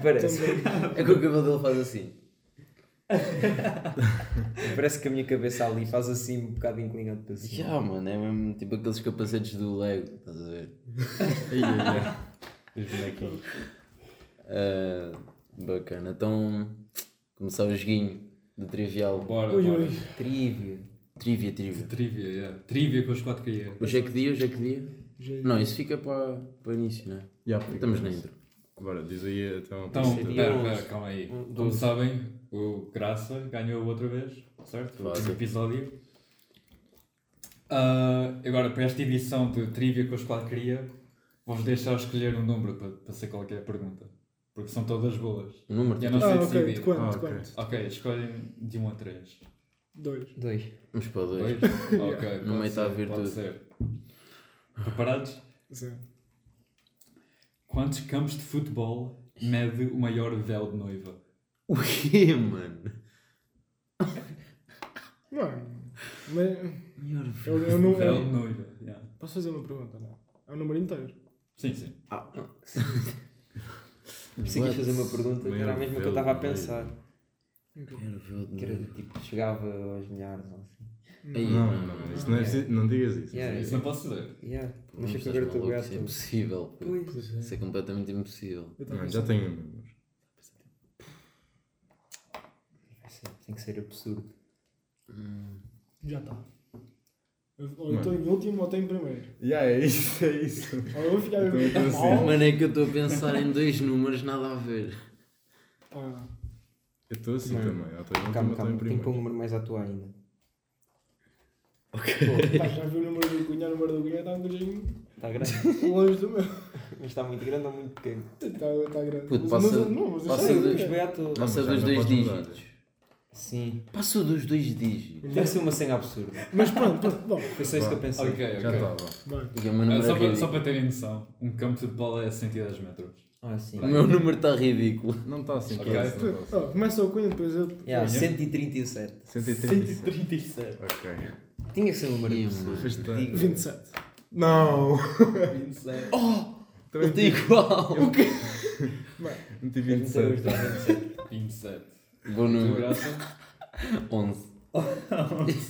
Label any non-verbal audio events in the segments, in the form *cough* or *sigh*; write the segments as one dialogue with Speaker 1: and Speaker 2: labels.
Speaker 1: parece.
Speaker 2: É que o cabelo dele faz assim.
Speaker 1: Parece que a minha cabeça ali faz assim um bocado inclinado para cima.
Speaker 2: Já, mano, é mesmo tipo aqueles capacetes do Lego, estás a ver?
Speaker 3: Ai, ai, ai. Os bonequinhos.
Speaker 2: Ah, bacana. Então, começar o joguinho do trivial.
Speaker 3: Bora,
Speaker 4: Ui,
Speaker 3: bora.
Speaker 4: ui.
Speaker 1: Trívia.
Speaker 2: Trivia,
Speaker 3: De
Speaker 2: trivia.
Speaker 3: Trivia, yeah. Trivia com os 4K.
Speaker 2: Hoje é que dia, hoje é que dia?
Speaker 4: Já-
Speaker 2: Não, isso fica para, para o início, não é?
Speaker 3: Já,
Speaker 2: Estamos na intro.
Speaker 5: Bora, diz aí então.
Speaker 3: Então,
Speaker 1: Sim.
Speaker 3: pera,
Speaker 1: Onze.
Speaker 3: pera, calma aí.
Speaker 1: Um,
Speaker 3: Como
Speaker 1: doze.
Speaker 3: sabem, o Graça ganhou outra vez, certo? O último
Speaker 2: Fácil.
Speaker 3: episódio. Ah, agora, para esta edição de Trivia com os Quatro Cria, vou-vos deixar escolher um número para, para ser qualquer pergunta. Porque são todas boas.
Speaker 2: O número,
Speaker 3: Eu
Speaker 2: tu-
Speaker 3: não sei
Speaker 4: Ah, ok.
Speaker 3: decidir.
Speaker 4: De quanto?
Speaker 5: Ah,
Speaker 4: de
Speaker 5: ok.
Speaker 4: quanto?
Speaker 3: Ok, escolhem de 1 a 3.
Speaker 4: Dois.
Speaker 1: Dois.
Speaker 2: vamos para o dois.
Speaker 3: Dois? *laughs*
Speaker 2: No
Speaker 3: ok, pode
Speaker 2: meio está a
Speaker 3: ser,
Speaker 2: vir
Speaker 3: pode
Speaker 2: tudo.
Speaker 3: ser. Preparados?
Speaker 4: Zero.
Speaker 3: Quantos campos de futebol mede o maior véu de noiva?
Speaker 2: O quê, mano?
Speaker 4: Mano, mas
Speaker 2: Maior
Speaker 4: eu, eu não.
Speaker 3: véu de
Speaker 4: eu-
Speaker 3: noiva. yeah.
Speaker 4: posso fazer uma pergunta? Não. É o número inteiro.
Speaker 3: Sim, sim.
Speaker 1: Se quis fazer uma pergunta, que era a
Speaker 5: Maior
Speaker 1: mesma que eu
Speaker 5: véu
Speaker 1: estava a
Speaker 5: do meio.
Speaker 1: pensar.
Speaker 4: Ok.
Speaker 1: Que era do tipo, chegava aos milhares ou assim.
Speaker 2: Aí,
Speaker 5: Não, não, não, isso não, é preciso- não digas isso. é assim.
Speaker 1: Yeah.
Speaker 3: Isso não posso dizer.
Speaker 1: Yeah,
Speaker 2: Não
Speaker 1: mas sei que
Speaker 2: estás
Speaker 1: agora estou
Speaker 2: maluco, isso é
Speaker 1: gato.
Speaker 2: impossível. pô.
Speaker 1: Pois.
Speaker 2: Isso é completamente impossível.
Speaker 5: Não,
Speaker 4: Eu estava
Speaker 5: já tenho um número.
Speaker 1: Vai ser- Tem que ser absurdo.
Speaker 5: Hum.
Speaker 4: Já está. Ou eu estou em último ou estou em primeiro.
Speaker 5: Yeah, é isso, é isso.
Speaker 4: Ou eu vou ficar
Speaker 5: Então,
Speaker 4: bem
Speaker 5: então,
Speaker 4: mal.
Speaker 2: Mano, é que eu estou a pensar em dois números, nada a ver.
Speaker 4: Ah,
Speaker 5: Eu estou assim
Speaker 1: Mano.
Speaker 5: também.
Speaker 2: Então
Speaker 5: Eu estou em último,
Speaker 1: Calma,
Speaker 5: eu estou em
Speaker 1: calma, tem que pôr um
Speaker 5: primeiro.
Speaker 1: número mais à tua ainda.
Speaker 4: pá, tá, já vi o número do Cunha, o número do Cunha está um bocadinho
Speaker 1: Está tá grande,
Speaker 4: longe do meu.
Speaker 1: mas está muito grande ou muito pequeno. um
Speaker 4: Está tá grande.
Speaker 2: Puto,
Speaker 4: Mas-
Speaker 2: passa-
Speaker 4: mas, não, mas eu
Speaker 2: passa
Speaker 4: sei,
Speaker 2: dos-
Speaker 4: eu-
Speaker 1: Mas vai à tua.
Speaker 5: Não, mas
Speaker 2: Passa
Speaker 5: já
Speaker 2: dos
Speaker 5: não
Speaker 2: dois
Speaker 5: podes mudar. né?
Speaker 2: dígitos.
Speaker 1: Sim.
Speaker 2: Passa dos dois dígitos.
Speaker 1: Deve ser uma cena absurda.
Speaker 4: Mas pronto, pronto. Bom,
Speaker 1: Foi só isso que eu pensei.
Speaker 3: Ok, ok.
Speaker 5: Já tá. estava.
Speaker 4: vai.
Speaker 2: E o meu
Speaker 3: Ah,
Speaker 2: número
Speaker 3: só,
Speaker 2: é
Speaker 3: para, só
Speaker 2: ridículo.
Speaker 3: para terem noção, um campo de futebol é 110 metros.
Speaker 1: Ah, sim.
Speaker 2: O meu número está ridículo.
Speaker 5: Não está assim,
Speaker 3: Ok.
Speaker 5: tá assim, não tá assim.
Speaker 4: Ó, começa o Cunha, depois eu.
Speaker 1: Yeah, 137.
Speaker 5: 137.
Speaker 3: 37.
Speaker 5: Ok.
Speaker 1: Tinha que ser um número
Speaker 2: Ih,
Speaker 1: absurdo.
Speaker 2: mano.
Speaker 5: Foste bem.
Speaker 1: Digo.
Speaker 4: 27.
Speaker 5: Não!
Speaker 3: 27. Oh,
Speaker 2: Ele
Speaker 5: Também
Speaker 2: está igual.
Speaker 5: *laughs* não tive
Speaker 1: Deve ser os
Speaker 5: 27.
Speaker 3: tá,
Speaker 1: dois, deve ser.
Speaker 3: 27.
Speaker 2: Bom
Speaker 3: Tu
Speaker 2: número. é
Speaker 3: graça?
Speaker 2: 11.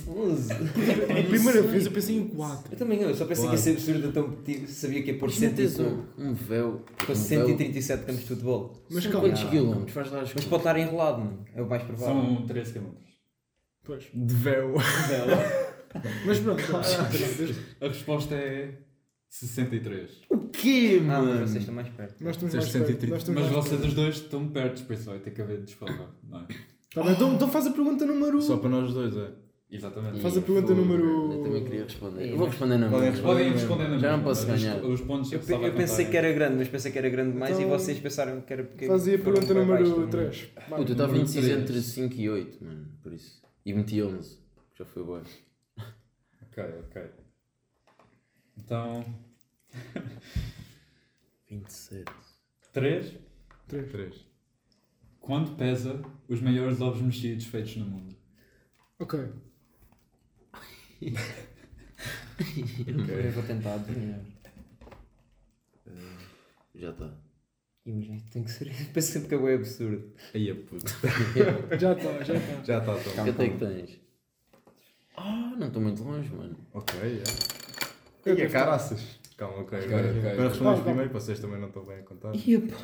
Speaker 1: 11.
Speaker 4: A primeira vez eu pensei em 4.
Speaker 1: Eu também não, eu só pensei que ia ser absurdo, então pedi- sabia que ia pôr
Speaker 2: Isto não
Speaker 1: 100
Speaker 2: tens
Speaker 1: e
Speaker 2: um, um véu.
Speaker 1: Com
Speaker 2: um véu.
Speaker 1: 137 campos de futebol.
Speaker 4: Mas
Speaker 2: São
Speaker 4: calma.
Speaker 2: quantos quilómetros? Faz lá as
Speaker 1: Mas
Speaker 2: contas.
Speaker 1: pode estar enrolado, mano. É o mais provável.
Speaker 3: São 13 km.
Speaker 4: Pois.
Speaker 5: De véu.
Speaker 4: Mas pronto, pronto.
Speaker 3: A resposta é 63.
Speaker 2: O quê,
Speaker 1: Ah,
Speaker 2: mano?
Speaker 1: mas vocês estão mais perto.
Speaker 4: Nós estamos
Speaker 5: Tens
Speaker 4: mais perto.
Speaker 5: 130.
Speaker 4: Nós estamos
Speaker 3: Mas
Speaker 4: mais
Speaker 3: vocês os dois estão perto, por isso vai ter que haver desfalcar, não é?
Speaker 4: perto. Tá bem, então, então faz a pergunta número
Speaker 5: Só para nós dois, é.
Speaker 3: Exatamente.
Speaker 4: Faz a pergunta número-
Speaker 2: Eu também queria responder.
Speaker 1: Ih,
Speaker 2: Eu vou responder na
Speaker 5: Podem
Speaker 2: mesma.
Speaker 3: Podem responder na
Speaker 2: Já não
Speaker 3: mesma,
Speaker 2: posso
Speaker 3: mas os-
Speaker 2: ganhar.
Speaker 3: Os pontos
Speaker 1: Eu,
Speaker 3: só
Speaker 1: pe-
Speaker 3: vai
Speaker 1: eu pensei
Speaker 3: contar,
Speaker 1: que era grande, mas pensei que era grande mais e
Speaker 4: Então,
Speaker 1: vocês pensaram que era pequeno.
Speaker 4: Fazia a
Speaker 1: Foram
Speaker 4: pergunta
Speaker 1: bem baixo é?
Speaker 4: número
Speaker 1: também.
Speaker 4: 3.
Speaker 2: Puta, tá eu estava
Speaker 3: número
Speaker 2: indeciso
Speaker 3: três.
Speaker 2: entre 5 e 8, mano. Por isso. E meti 11. que Já foi bom.
Speaker 3: é- Ok, ok. Então,
Speaker 2: 27.
Speaker 3: 3.
Speaker 4: 3.
Speaker 5: 3.
Speaker 3: Quanto pesa os maiores ovos mexidos feitos no mundo?
Speaker 4: Ok.
Speaker 1: Eu vou tentar adivinhar.
Speaker 2: Já tá. está.
Speaker 1: Ih, mas isto tem que ser. *laughs* Penso sempre que é bué absurdo.
Speaker 5: Aí a puta.
Speaker 4: Já está, já tá. está.
Speaker 5: Já está tão.
Speaker 2: Quanto é que tens? Ah, não estou muito longe, mano.
Speaker 5: Ok, é.
Speaker 4: Eu
Speaker 5: E a
Speaker 4: devo-
Speaker 5: caraças. Calma, ok.
Speaker 3: Ok,
Speaker 5: Agora
Speaker 3: ok.
Speaker 5: agora
Speaker 4: Calma,
Speaker 5: respondemos
Speaker 4: calma.
Speaker 5: primeiro, vocês também não estão bem a *laughs* contar.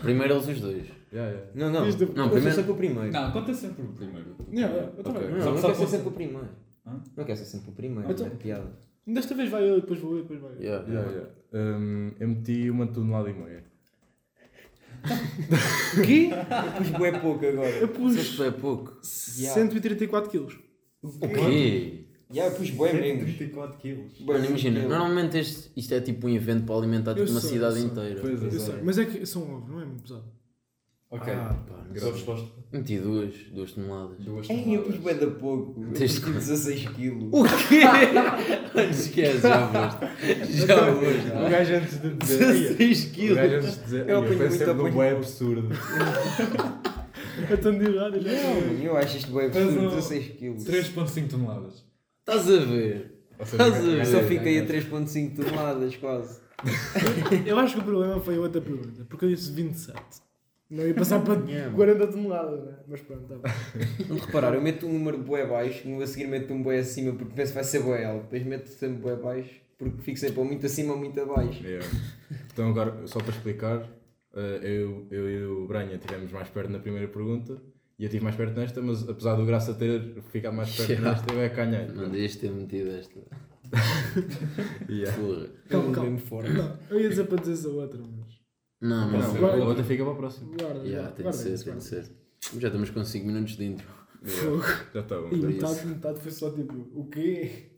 Speaker 2: Primeiro eles os dois.
Speaker 5: Yeah, yeah.
Speaker 1: Não, não.
Speaker 4: Diz de-
Speaker 1: Não,
Speaker 2: Não,
Speaker 1: primeiro.
Speaker 2: primeiro-
Speaker 1: sempre o primeiro. Não,
Speaker 3: Não, conta sempre o primeiro.
Speaker 4: Yeah, yeah, eu também.
Speaker 5: Ok.
Speaker 1: não,
Speaker 3: Só- só
Speaker 1: quero ser
Speaker 3: posso-
Speaker 1: sempre o primeiro.
Speaker 3: Hã?
Speaker 1: Não quero ser sempre o primeiro.
Speaker 4: Então-
Speaker 1: é piada. *laughs*
Speaker 4: Desta vez vai eu, depois vou eu, depois vai eu.
Speaker 2: Yeah.
Speaker 5: Yeah, yeah. Um, eu meti uma tonelada e meia.
Speaker 4: O quê?
Speaker 1: Eu pus bué pouco agora.
Speaker 4: Eu
Speaker 2: Mas
Speaker 4: pus
Speaker 2: isto é pouco.
Speaker 4: 134 quilos.
Speaker 2: O quê?
Speaker 1: Já, ah, eu pus bué menos.
Speaker 3: 34 quilos.
Speaker 1: Bué
Speaker 2: Mano,
Speaker 1: menos
Speaker 2: imagina,
Speaker 1: que eu.
Speaker 2: normalmente este, isto é tipo um evento para alimentar tipo,
Speaker 4: Eu
Speaker 2: uma
Speaker 4: sei,
Speaker 2: cidade
Speaker 4: eu sei.
Speaker 2: inteira.
Speaker 5: Pois
Speaker 4: Eu
Speaker 5: é.
Speaker 4: sei, mas é que são ovos, não é muito pesado. *laughs*
Speaker 3: Ok.
Speaker 2: Ah, pá, não
Speaker 3: Boa
Speaker 2: sei.
Speaker 3: resposta.
Speaker 2: Meti duas, duas
Speaker 5: é.
Speaker 2: toneladas. *laughs*
Speaker 3: Duas
Speaker 1: Ei, eu pus bué
Speaker 3: toneladas.
Speaker 1: da pouco. Eu
Speaker 2: Tens
Speaker 1: pus tipo 16 quilos.
Speaker 2: O quê? Mano, esquece, já foste.
Speaker 1: é?
Speaker 2: Já
Speaker 4: Então, *laughs*
Speaker 2: foste.
Speaker 5: O um gajo antes de dizer.
Speaker 2: *laughs* 16
Speaker 5: "Ia", O gajo
Speaker 2: quilos.
Speaker 5: antes de dizer.
Speaker 1: Eu
Speaker 5: "Ia",
Speaker 1: apanho
Speaker 5: foi
Speaker 1: muito,
Speaker 5: sempre
Speaker 1: apanho
Speaker 5: um bué
Speaker 1: muito.
Speaker 5: absurdo.
Speaker 4: Eu tão de errado, já. é
Speaker 1: Mano, Eu acho isto bué
Speaker 3: Mas,
Speaker 1: absurdo,
Speaker 3: ó,
Speaker 1: 16 quilos.
Speaker 3: 3.5 toneladas.
Speaker 2: Estás a ver?
Speaker 5: Ou seja,
Speaker 2: Estás a
Speaker 1: Eu
Speaker 2: ver?
Speaker 1: só fiquei a 3.5 toneladas quase.
Speaker 4: Eu acho que o problema foi a outra pergunta, porque eu disse 27. Não ia passar para
Speaker 5: Yeah, mano.
Speaker 4: 40 toneladas, né? Mas pronto, tá
Speaker 2: *laughs*
Speaker 4: bom.
Speaker 1: Não reparar, eu meto um número bué baixo, um a seguir meto um bué acima porque penso que vai ser bué alto, depois meto sempre bué baixo porque fico sempre ou muito acima ou muito abaixo.
Speaker 5: Yeah. Então agora, só para explicar, eh, eu, eu e o Branha estivemos mais perto na primeira pergunta e eu estive mais perto nesta, mas apesar do Graça ter ficado mais perto
Speaker 2: Yeah.
Speaker 5: nesta, eu é que ganhei.
Speaker 2: Não devias ter metido esta.
Speaker 5: Yeah.
Speaker 2: Porra.
Speaker 4: Calma,
Speaker 1: eu
Speaker 4: calma.
Speaker 1: me fora.
Speaker 4: Não, eu ia dizer para dizer a outra, mas.
Speaker 2: Não, mas.
Speaker 5: Não,
Speaker 4: Agora-
Speaker 5: a outra fica para a próxima.
Speaker 4: Guarda,
Speaker 2: Yeah, tem de
Speaker 4: guarda
Speaker 2: ser,
Speaker 4: isso,
Speaker 2: tem de
Speaker 4: guarda.
Speaker 2: ser. Já estamos com 5 minutos de intro.
Speaker 5: Yeah.
Speaker 4: Fogo.
Speaker 5: Já está bom.
Speaker 4: E
Speaker 2: Por
Speaker 4: metade,
Speaker 2: isso.
Speaker 4: metade foi só tipo, o quê?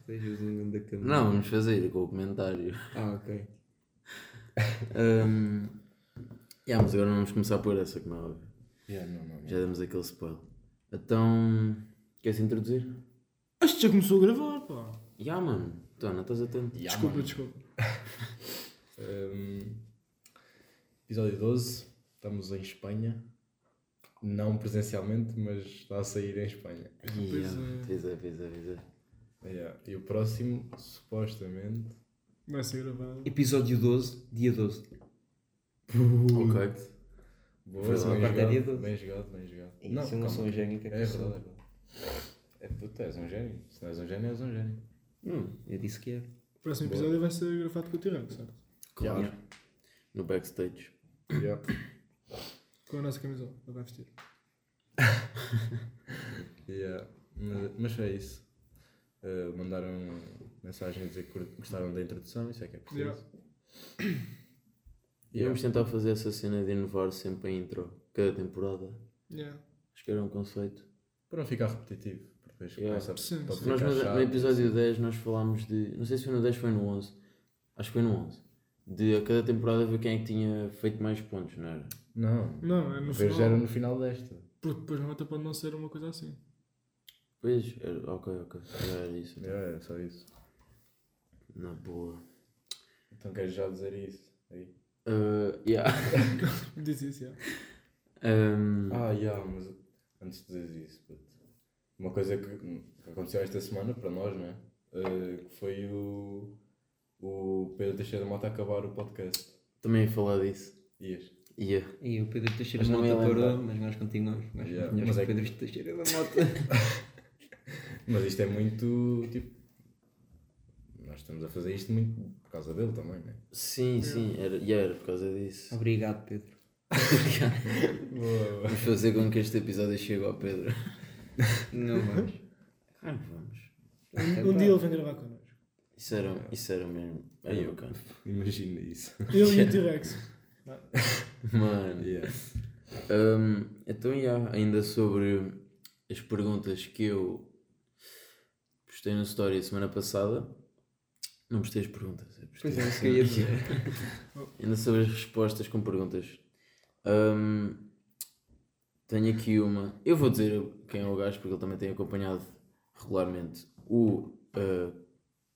Speaker 1: Estejas no mundo da cama.
Speaker 2: Não, vamos fazer com o comentário.
Speaker 1: Ah, ok.
Speaker 2: Hum, yeah, mas agora não vamos começar por essa, como é óbvio.
Speaker 5: Yeah, não, não, não.
Speaker 2: Já demos aquele spoiler. Então. Queres introduzir?
Speaker 4: Acho que já começou a gravar, pá.
Speaker 2: Ya, mano. Então, não estás atento.
Speaker 4: desculpa, desculpa.
Speaker 5: Um, episódio 12, estamos em Espanha. Não presencialmente, mas está a sair em Espanha.
Speaker 2: Ya,
Speaker 4: é.
Speaker 2: Pois é, pois é, pois é.
Speaker 5: Yeah. E o próximo, supostamente.
Speaker 4: Vai ser gravado.
Speaker 1: Episódio 12, dia 12.
Speaker 2: Ok.
Speaker 5: Boa,
Speaker 2: Foi lá,
Speaker 5: bem,
Speaker 1: quarta dia
Speaker 5: jogado,
Speaker 1: doze.
Speaker 5: bem jogado, bem jogado.
Speaker 1: Isso eu não
Speaker 5: calma.
Speaker 1: sou um gênio, o que é que
Speaker 5: É
Speaker 1: eu
Speaker 5: verdade, é
Speaker 1: sou?
Speaker 5: verdade. É puto, és um gênio. Se não és um gênio, és um gênio.
Speaker 1: Hum, eu disse que é.
Speaker 4: O próximo
Speaker 5: Boa.
Speaker 4: episódio vai ser gravado com o Tiago, certo?
Speaker 2: Claro.
Speaker 5: Yeah.
Speaker 2: No backstage.
Speaker 5: Yeah.
Speaker 4: Com a nossa camisola, ele vai vestir.
Speaker 5: Yeah. Mas, mas é isso. Uh, mandaram mensagem a dizer que cur- gostaram da introdução, isso é que é preciso.
Speaker 4: Yeah.
Speaker 2: E vamos tentar fazer essa cena de inovar sempre a intro, cada temporada.
Speaker 4: Yeah.
Speaker 2: Acho que era um conceito.
Speaker 5: Para não ficar repetitivo, porque depois
Speaker 2: Yeah.
Speaker 5: começa a-
Speaker 4: Sim,
Speaker 5: pode
Speaker 4: sim.
Speaker 5: ficar
Speaker 2: Nós no,
Speaker 5: chato.
Speaker 2: no episódio 10 nós falámos de. Não sei se foi no 10 foi no 11. Acho que foi no 11. De a cada temporada ver quem é que tinha feito mais pontos, não era?
Speaker 5: Não,
Speaker 4: Não, é no
Speaker 5: Ver
Speaker 4: final.
Speaker 5: já era no final desta.
Speaker 4: Porque depois não até pode não ser uma coisa assim.
Speaker 2: Pois, era, ok, ok. Já era isso. então.
Speaker 5: É, é só isso.
Speaker 2: Na boa.
Speaker 5: Então queres já dizer isso? Aí.
Speaker 2: Ah, yeah. *laughs* Um,
Speaker 4: Diz isso, yeah.
Speaker 2: Ahm,
Speaker 5: Ah, já, mas antes de dizer isso, puto, uma coisa que, que aconteceu esta semana para nós, não é? Eh, que foi o, o Pedro Teixeira da Mota acabar o podcast.
Speaker 2: também ia falar disso.
Speaker 5: Ias.
Speaker 2: Ia.
Speaker 1: E o Pedro Teixeira
Speaker 2: Mas
Speaker 1: da
Speaker 2: não me
Speaker 1: Mota
Speaker 2: lembro.
Speaker 1: parou, mas nós continuamos. Nós
Speaker 5: Yeah,
Speaker 1: continuamos
Speaker 5: mas
Speaker 1: com
Speaker 5: é
Speaker 1: o Pedro Teixeira da
Speaker 5: *laughs*
Speaker 1: Mota.
Speaker 5: Mas isto é muito, tipo, nós estamos a fazer isto muito por causa dele também, não é?
Speaker 2: Sim, sim, era, yeah, era por causa disso.
Speaker 1: Obrigado, Pedro.
Speaker 2: *laughs* Vamos fazer com que este episódio chegue ao Pedro.
Speaker 5: *laughs*
Speaker 1: Não mais. Ah,
Speaker 2: Claro que vamos.
Speaker 1: É
Speaker 4: Um dia ele vem gravar connosco.
Speaker 2: Isso era, isso era mesmo. Aí, ok.
Speaker 5: Imagina isso.
Speaker 4: Ele e
Speaker 1: *laughs*
Speaker 4: o T-Rex.
Speaker 2: Mano.
Speaker 5: *laughs* Yeah.
Speaker 2: Hum, então, já, ainda sobre as perguntas que eu postei no story a semana passada. Não postei as perguntas. eu postei
Speaker 1: Pois é,
Speaker 2: a
Speaker 1: isso que eu ia
Speaker 5: *laughs*
Speaker 2: cena.
Speaker 1: dizer.
Speaker 2: Ainda sobre as respostas com perguntas. Hum, tenho aqui uma. Eu vou dizer quem é o gajo, porque ele também tem acompanhado regularmente o. ah,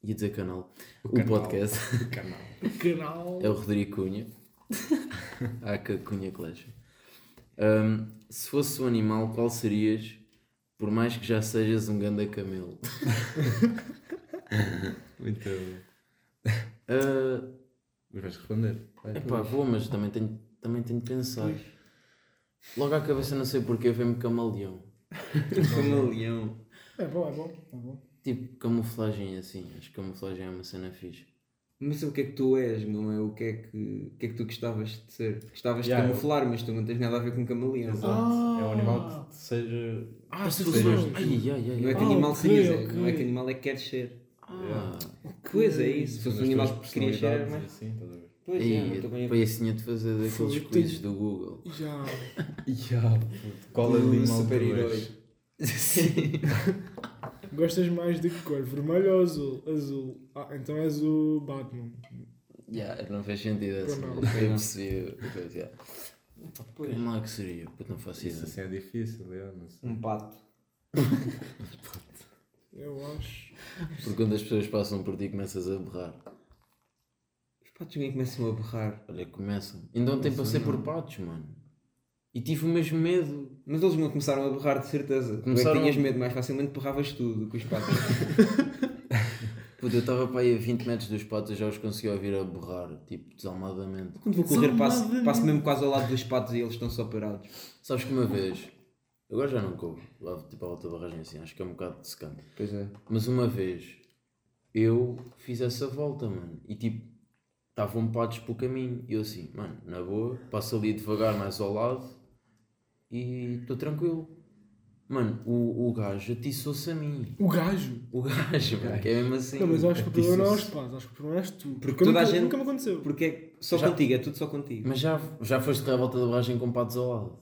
Speaker 2: ia dizer canal. O, podcast.
Speaker 5: Canal.
Speaker 4: Canal.
Speaker 2: É o Rodrigo
Speaker 1: *laughs*
Speaker 2: Cunha. Aca Cunha Clash. Ahm, se fosse um animal, qual serias? Por mais que já sejas um ganda camelo.
Speaker 5: Muito bom.
Speaker 2: Ah,
Speaker 5: Mas vais responder. Vai.
Speaker 2: epá, vou, mas também tenho, também tenho de pensar. Logo à cabeça, não sei porquê, vem-me camaleão.
Speaker 1: Camaleão.
Speaker 4: É bom, é bom. É bom.
Speaker 2: Tipo, camuflagem assim. Acho que camuflagem é uma cena fixe.
Speaker 1: Mas o que é que tu és, não é? O que é que, o que, é que tu gostavas de ser? Gostavas
Speaker 5: Yeah,
Speaker 1: de
Speaker 5: eu-
Speaker 1: camuflar, mas tu não tens nada a ver com camaleão.
Speaker 4: Ah.
Speaker 5: É um animal que seja.
Speaker 2: Ah, se
Speaker 4: fosse um-
Speaker 2: Ai, ai, ai.
Speaker 1: Não é que
Speaker 4: Ah,
Speaker 1: animal
Speaker 4: ok,
Speaker 1: serias, é-
Speaker 4: ok.
Speaker 1: não é que animal é que queres ser.
Speaker 2: Ah,
Speaker 1: Coisa é isso. Se fosse um
Speaker 5: nas
Speaker 1: animal
Speaker 5: tuas
Speaker 1: que querias ser,
Speaker 5: personalidades
Speaker 1: não
Speaker 5: e
Speaker 1: é?
Speaker 5: assim, estás a ver?
Speaker 1: Pois é, não estou bem a
Speaker 2: Para isso tinha de fazer
Speaker 4: Fogo,
Speaker 2: daqueles
Speaker 4: tem-
Speaker 2: quizzes do Google.
Speaker 4: Já.
Speaker 5: Yeah, puto. Qual é o
Speaker 1: Um
Speaker 5: animal
Speaker 1: super-herói.
Speaker 5: super-herói?
Speaker 4: Gostas mais de que cor? Vermelho ou azul? Azul. Ah, então és o Batman.
Speaker 2: Yeah, não fez sentido
Speaker 4: Pois
Speaker 2: assim.
Speaker 4: não.
Speaker 2: Foi impossível. Pois, yeah.
Speaker 1: Pois.
Speaker 2: Como lá que seria? Puto, não faço
Speaker 5: Isso
Speaker 2: ideia.
Speaker 5: assim é difícil, eu não sei.
Speaker 1: *laughs* Um pato.
Speaker 4: Eu acho.
Speaker 2: Porque quando as pessoas passam por ti começas a berrar.
Speaker 1: Os patos bem começam a berrar.
Speaker 2: Olha, começam. Ainda ontem passei por patos, mano. E tive o mesmo medo.
Speaker 1: Mas eles não começaram a berrar de certeza. Tu é que
Speaker 2: Começaram a- *laughs*
Speaker 1: tinhas medo, mais facilmente berravas tudo com os patos.
Speaker 2: Puto, eu estava para aí a 20 metros dos patos eu já os conseguia ouvir a borrar, tipo, desalmadamente.
Speaker 1: Quando vou correr, passo, passo mesmo quase ao lado dos patos e eles estão só parados.
Speaker 2: Sabes que uma vez, agora já não coube, lá tipo à volta da barragem assim, acho que é um bocado de secante.
Speaker 1: Pois é.
Speaker 2: Mas uma vez eu fiz essa volta, mano, e tipo, estavam patos pelo caminho. E eu assim, mano, na boa, passo ali devagar mais ao lado e estou tranquilo. Mano, o, o gajo atiçou-se a mim.
Speaker 4: O gajo.
Speaker 2: O *laughs* gajo, mano, que é mesmo assim.
Speaker 4: Não, mas eu acho que o problema não é os pais, acho que o problema és tu.
Speaker 1: Porque
Speaker 4: Porque
Speaker 1: toda a
Speaker 4: nunca,
Speaker 1: gente-
Speaker 4: nunca me aconteceu.
Speaker 1: Porque é só
Speaker 2: Já-
Speaker 1: contigo, é tudo só contigo.
Speaker 2: Mas já, já foste correr à volta da barragem com patos ao lado.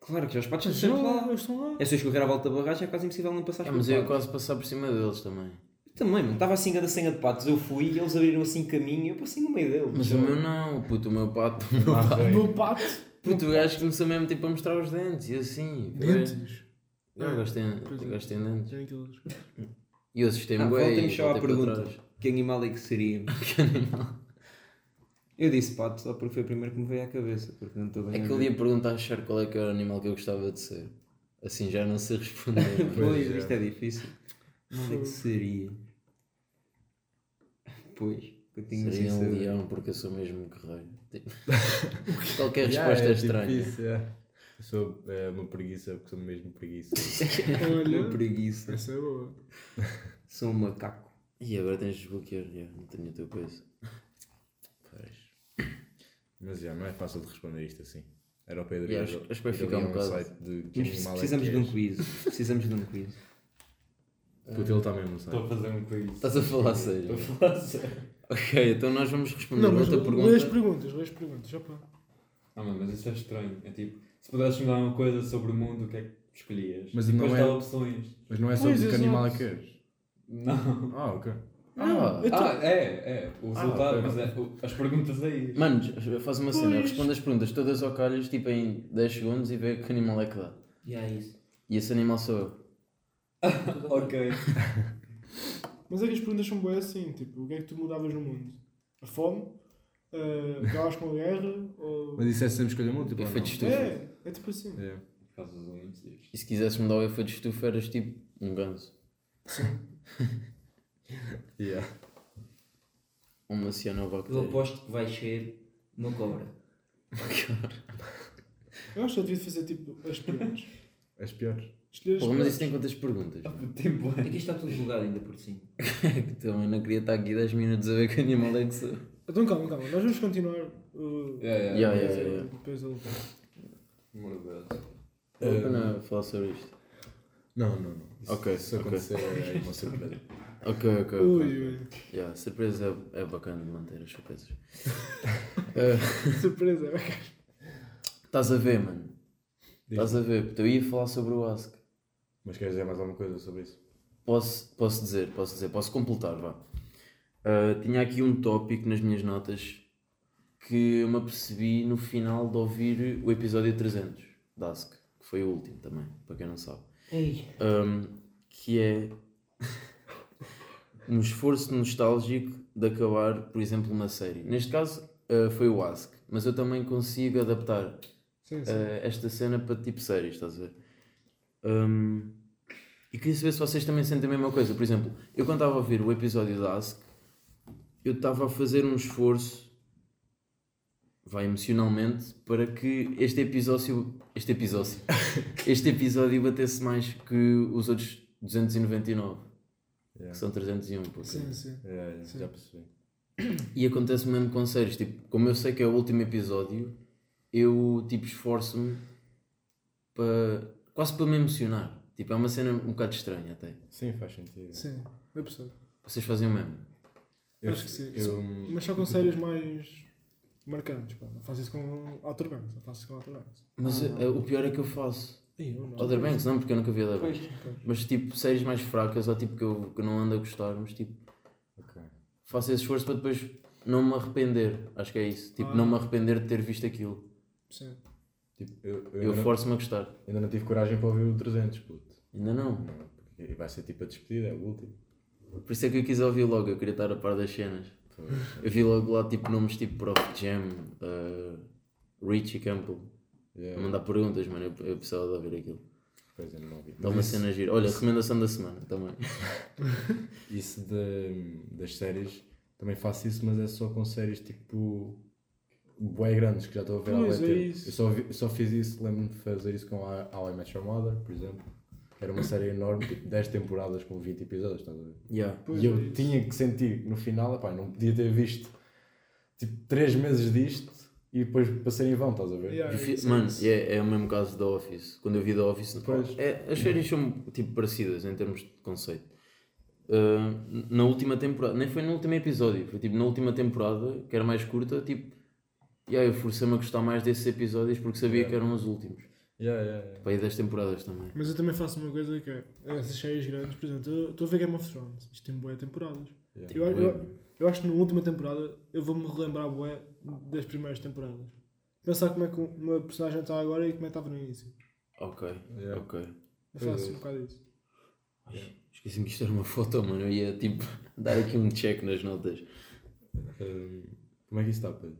Speaker 1: Claro que já os patos
Speaker 4: Mas
Speaker 1: estão sempre
Speaker 4: já,
Speaker 1: lá.
Speaker 4: eles estão lá.
Speaker 1: É só escorrer à volta da barragem, é quase impossível não passar
Speaker 2: É,
Speaker 1: por
Speaker 2: mas eu ia
Speaker 1: patos.
Speaker 2: quase passar por cima deles também.
Speaker 1: Também, mano. Estava assim, cada senha de patos. Eu fui e eles abriram assim caminho e eu passei no meio deles. Ah,
Speaker 2: Mas o meu não, puto, o meu pato, o meu *laughs*
Speaker 5: Ah,
Speaker 2: pato.
Speaker 4: O
Speaker 5: foi.
Speaker 4: meu pato.
Speaker 2: Puto, o gajo começou mesmo tipo a mostrar os dentes e eu assim. foi. Eu gostei,
Speaker 4: Pois é.
Speaker 2: eu gostei de dentes.
Speaker 4: Já nem aquilo eles-
Speaker 2: E eu assustei-me,
Speaker 1: Ah,
Speaker 2: bué,
Speaker 1: voltemos
Speaker 2: e
Speaker 1: só à
Speaker 2: voltei é para
Speaker 1: pergunta.
Speaker 2: trás.
Speaker 1: Que animal é que
Speaker 2: *laughs*
Speaker 1: seria? Eu disse pato só porque foi o primeiro que me veio à cabeça. Porque não estou bem.
Speaker 2: É
Speaker 1: a
Speaker 2: que ele
Speaker 1: ver.
Speaker 2: ia perguntar a Cher qual é que era o animal que eu gostava de ser. Assim já não sei responder. mano.
Speaker 1: Pois,
Speaker 5: Pois é.
Speaker 1: isto é difícil. Não é que seria? Pois, que eu assim tinha
Speaker 2: Seria um
Speaker 1: sincero.
Speaker 2: leão porque eu sou mesmo guerreiro. Tipo, Qualquer
Speaker 5: Yeah,
Speaker 2: resposta
Speaker 5: é
Speaker 2: estranha.
Speaker 5: difícil, é. Eu sou é, uma preguiça porque sou mesmo preguiça.
Speaker 1: Uma
Speaker 4: Olha.
Speaker 1: preguiça.
Speaker 4: Essa é boa.
Speaker 1: Sou um macaco.
Speaker 2: E agora tens de desbloquear, yeah, não tenho a tua coisa.
Speaker 5: Pois. Mas já, não é fácil de responder isto assim. Era o Pedro.
Speaker 2: E
Speaker 5: ir
Speaker 2: acho-
Speaker 5: ao-
Speaker 2: acho que vai
Speaker 5: ir ali
Speaker 2: ficar um
Speaker 5: a
Speaker 2: bocado.
Speaker 5: é site de que
Speaker 1: Mas
Speaker 5: animal é
Speaker 1: precisamos
Speaker 5: que
Speaker 1: de um
Speaker 5: és.
Speaker 1: quiz. Precisamos de um quiz.
Speaker 5: Puto, ele está mesmo no
Speaker 3: Estou
Speaker 5: site.
Speaker 3: a fazer um quiz.
Speaker 2: Ah. Estás a falar sério.
Speaker 3: Estou a falar sério.
Speaker 2: ok, então nós vamos responder
Speaker 4: Não, mas
Speaker 2: outra
Speaker 4: lê as
Speaker 2: pergunta.
Speaker 4: perguntas, lê as perguntas. Opa.
Speaker 3: Ah, mano, mas isso é estranho. É tipo, se pudesses mudar uma coisa sobre o mundo, o que é que escolhias?
Speaker 5: Mas
Speaker 3: E depois
Speaker 5: não é-
Speaker 3: dá opções.
Speaker 5: Mas não é sobre
Speaker 4: Pois,
Speaker 5: que
Speaker 4: exato.
Speaker 5: animal é que és.
Speaker 3: Não.
Speaker 5: Ah, ok.
Speaker 2: Ah,
Speaker 4: Eu tô-
Speaker 3: Ah, é, é. O
Speaker 5: Ah,
Speaker 3: resultado,
Speaker 5: ok.
Speaker 3: mas é, o- as perguntas aí.
Speaker 2: Mano, faz uma cena,
Speaker 4: Pois.
Speaker 2: responde as perguntas todas ao calhas, tipo em 10 segundos e vê que animal é que dá.
Speaker 1: E é isso.
Speaker 2: E esse animal sou eu.
Speaker 3: Ok.
Speaker 4: Mas é que as perguntas são boas assim, tipo, o que é que tu mudavas no mundo? A fome? Ah, Acabas com a guerra? Ou...
Speaker 5: Mas isso é sempre escolha múltipla.
Speaker 2: Efeito
Speaker 5: não?
Speaker 2: de estufa.
Speaker 4: É, é tipo assim.
Speaker 5: É.
Speaker 3: Por causa dos Olímpicos.
Speaker 2: E se quisesse mudar o efeito de estufa, eras tipo um ganso.
Speaker 5: Yeah.
Speaker 2: Uma cianobactéria.
Speaker 1: aposto que vai ser uma cobra.
Speaker 4: Eu acho que eu devia fazer tipo as perguntas.
Speaker 5: És pior.
Speaker 4: Escolher as
Speaker 2: Pô, mas isso
Speaker 4: perguntas.
Speaker 2: tem quantas *laughs* perguntas?
Speaker 3: *laughs* Tempo é.
Speaker 1: Aqui está tudo julgado ainda por cima.
Speaker 2: Também não queria estar aqui 10 minutos a ver que animal é que sou.
Speaker 4: Então calma, calma, nós vamos continuar. Uh,
Speaker 3: É, é.
Speaker 2: Yeah,
Speaker 4: depois
Speaker 2: yeah,
Speaker 4: eu-
Speaker 2: yeah.
Speaker 4: Depois ele.
Speaker 3: Amor de Deus.
Speaker 2: Vale a pena falar sobre isto.
Speaker 5: Não, não, não. Isso,
Speaker 2: Ok,
Speaker 5: Isso
Speaker 2: ok.
Speaker 5: acontecer é uma surpresa.
Speaker 2: Ok, ok, ok.
Speaker 4: Ui, ui,
Speaker 2: Yeah, surpresa é, é bacana de manter as surpresas.
Speaker 4: surpresa.
Speaker 2: Estás a ver, mano.
Speaker 5: Diz.
Speaker 2: Estás a ver, porque eu ia falar sobre o Ask.
Speaker 5: Mas queres dizer mais alguma coisa sobre isso?
Speaker 2: Posso, posso dizer, posso dizer, posso completar, vá. Ah, tinha aqui um tópico nas minhas notas que eu me apercebi no final de ouvir o episódio 300 da Ask, que foi o último também, para quem não sabe. Um, que é *laughs* um esforço nostálgico de acabar, por exemplo, uma série. Neste caso uh, foi o Ask, mas eu também consigo adaptar
Speaker 4: Sim, sim.
Speaker 2: uh, esta cena para tipo séries, estás a ver? Um, e queria saber se vocês também sentem a mesma coisa. Por exemplo, eu quando estava a ouvir o episódio da Ask, eu estava a fazer um esforço, vai emocionalmente, para que este episódio, este episódio, este episódio batesse mais que os outros 299,
Speaker 5: Yeah.
Speaker 2: que são 301. por
Speaker 4: sim,
Speaker 2: exemplo.
Speaker 4: sim.
Speaker 5: Yeah, yeah,
Speaker 4: Sim.
Speaker 5: já percebi.
Speaker 2: E acontece mesmo com séries, tipo, como eu sei que é o último episódio, eu tipo esforço-me para quase para me emocionar. Tipo, é uma cena um bocado estranha até.
Speaker 5: Sim, faz sentido.
Speaker 4: Sim, é possível.
Speaker 2: Vocês fazem o mesmo.
Speaker 5: Eu,
Speaker 4: Acho que sim.
Speaker 5: Eu,
Speaker 4: Mas só com séries mais marcantes, pá. Não faço isso com Outer Banks, não faço isso com Outer Banks.
Speaker 2: Mas eh, o pior é que eu faço.
Speaker 4: Ih, eu não.
Speaker 2: Other Banks não, porque eu nunca vi Other Banks.
Speaker 4: Ok.
Speaker 2: Mas tipo, séries mais fracas ou tipo que eu, que eu não ando a gostar, mas tipo,
Speaker 5: Ok.
Speaker 2: faço esse esforço para depois não me arrepender. Acho que é isso. Tipo,
Speaker 4: Ah.
Speaker 2: não me arrepender de ter visto aquilo.
Speaker 4: Sim.
Speaker 5: Tipo, eu, eu,
Speaker 2: Eu
Speaker 5: ainda,
Speaker 2: forço-me a gostar.
Speaker 5: não, ainda não tive coragem para ouvir o 300, puto.
Speaker 2: Ainda não.
Speaker 5: Não, porque vai ser tipo a despedida, é o último.
Speaker 2: Por isso é que eu quis ouvir logo, eu queria estar a par das cenas.
Speaker 5: Pois,
Speaker 2: Eu vi logo lá tipo nomes tipo Prof Jam, eh, Richie Campbell, a
Speaker 5: yeah.
Speaker 2: mandar perguntas, mano. Eu, eu precisava de ouvir aquilo.
Speaker 5: Pois é, não vi.
Speaker 2: Dá uma
Speaker 5: Mas
Speaker 2: cena gira. Olha, recomendação da semana também.
Speaker 5: Isso de- das séries, também faço isso, mas é só com séries tipo. Bué grandes que já estou a ver há
Speaker 4: Pois,
Speaker 5: bué
Speaker 4: é
Speaker 5: tempo.
Speaker 4: isso.
Speaker 5: Eu só, vi- eu só fiz isso, lembro-me de fazer isso com a How I Met Your Mother, por exemplo. Era uma série enorme, tipo 10 temporadas com 20 episódios, estás a ver?
Speaker 2: Yeah.
Speaker 4: Pois
Speaker 5: e
Speaker 4: é
Speaker 5: eu
Speaker 4: isso.
Speaker 5: tinha que sentir no final, epá, não podia ter visto tipo 3 meses disto e depois passar em vão, estás a ver?
Speaker 4: Yeah,
Speaker 2: Difi-
Speaker 4: isso,
Speaker 2: Mano,
Speaker 4: isso.
Speaker 2: é, é o mesmo caso da Office. Quando eu vi da Office,
Speaker 5: Pois.
Speaker 2: é, as séries são tipo parecidas em termos de conceito. Ah, na última temporada, nem foi no último episódio, foi tipo na última temporada, que era mais curta, tipo, yeah, eu forcei-me a gostar mais desses episódios porque sabia que eram os últimos.
Speaker 5: Yeah, yeah, yeah.
Speaker 2: Para aí 10 temporadas também.
Speaker 4: Mas eu também faço uma coisa que é essas séries grandes, por exemplo, eu estou a ver Game of Thrones, isto tem boé temporadas.
Speaker 5: Yeah.
Speaker 4: Eu,
Speaker 2: Tipo,
Speaker 4: eu, eu acho que na última temporada eu vou-me relembrar boé das primeiras temporadas. Pensar como é que uma personagem está agora e como é que estava no início.
Speaker 2: Ok,
Speaker 5: Yeah.
Speaker 2: ok.
Speaker 4: Eu
Speaker 5: Pois
Speaker 4: faço
Speaker 5: é.
Speaker 4: um bocado isso.
Speaker 2: Esqueci-me que isto era uma foto, mano. Eu ia tipo *laughs* dar aqui um check nas notas.
Speaker 5: Hum, como é que isso está, Pedro?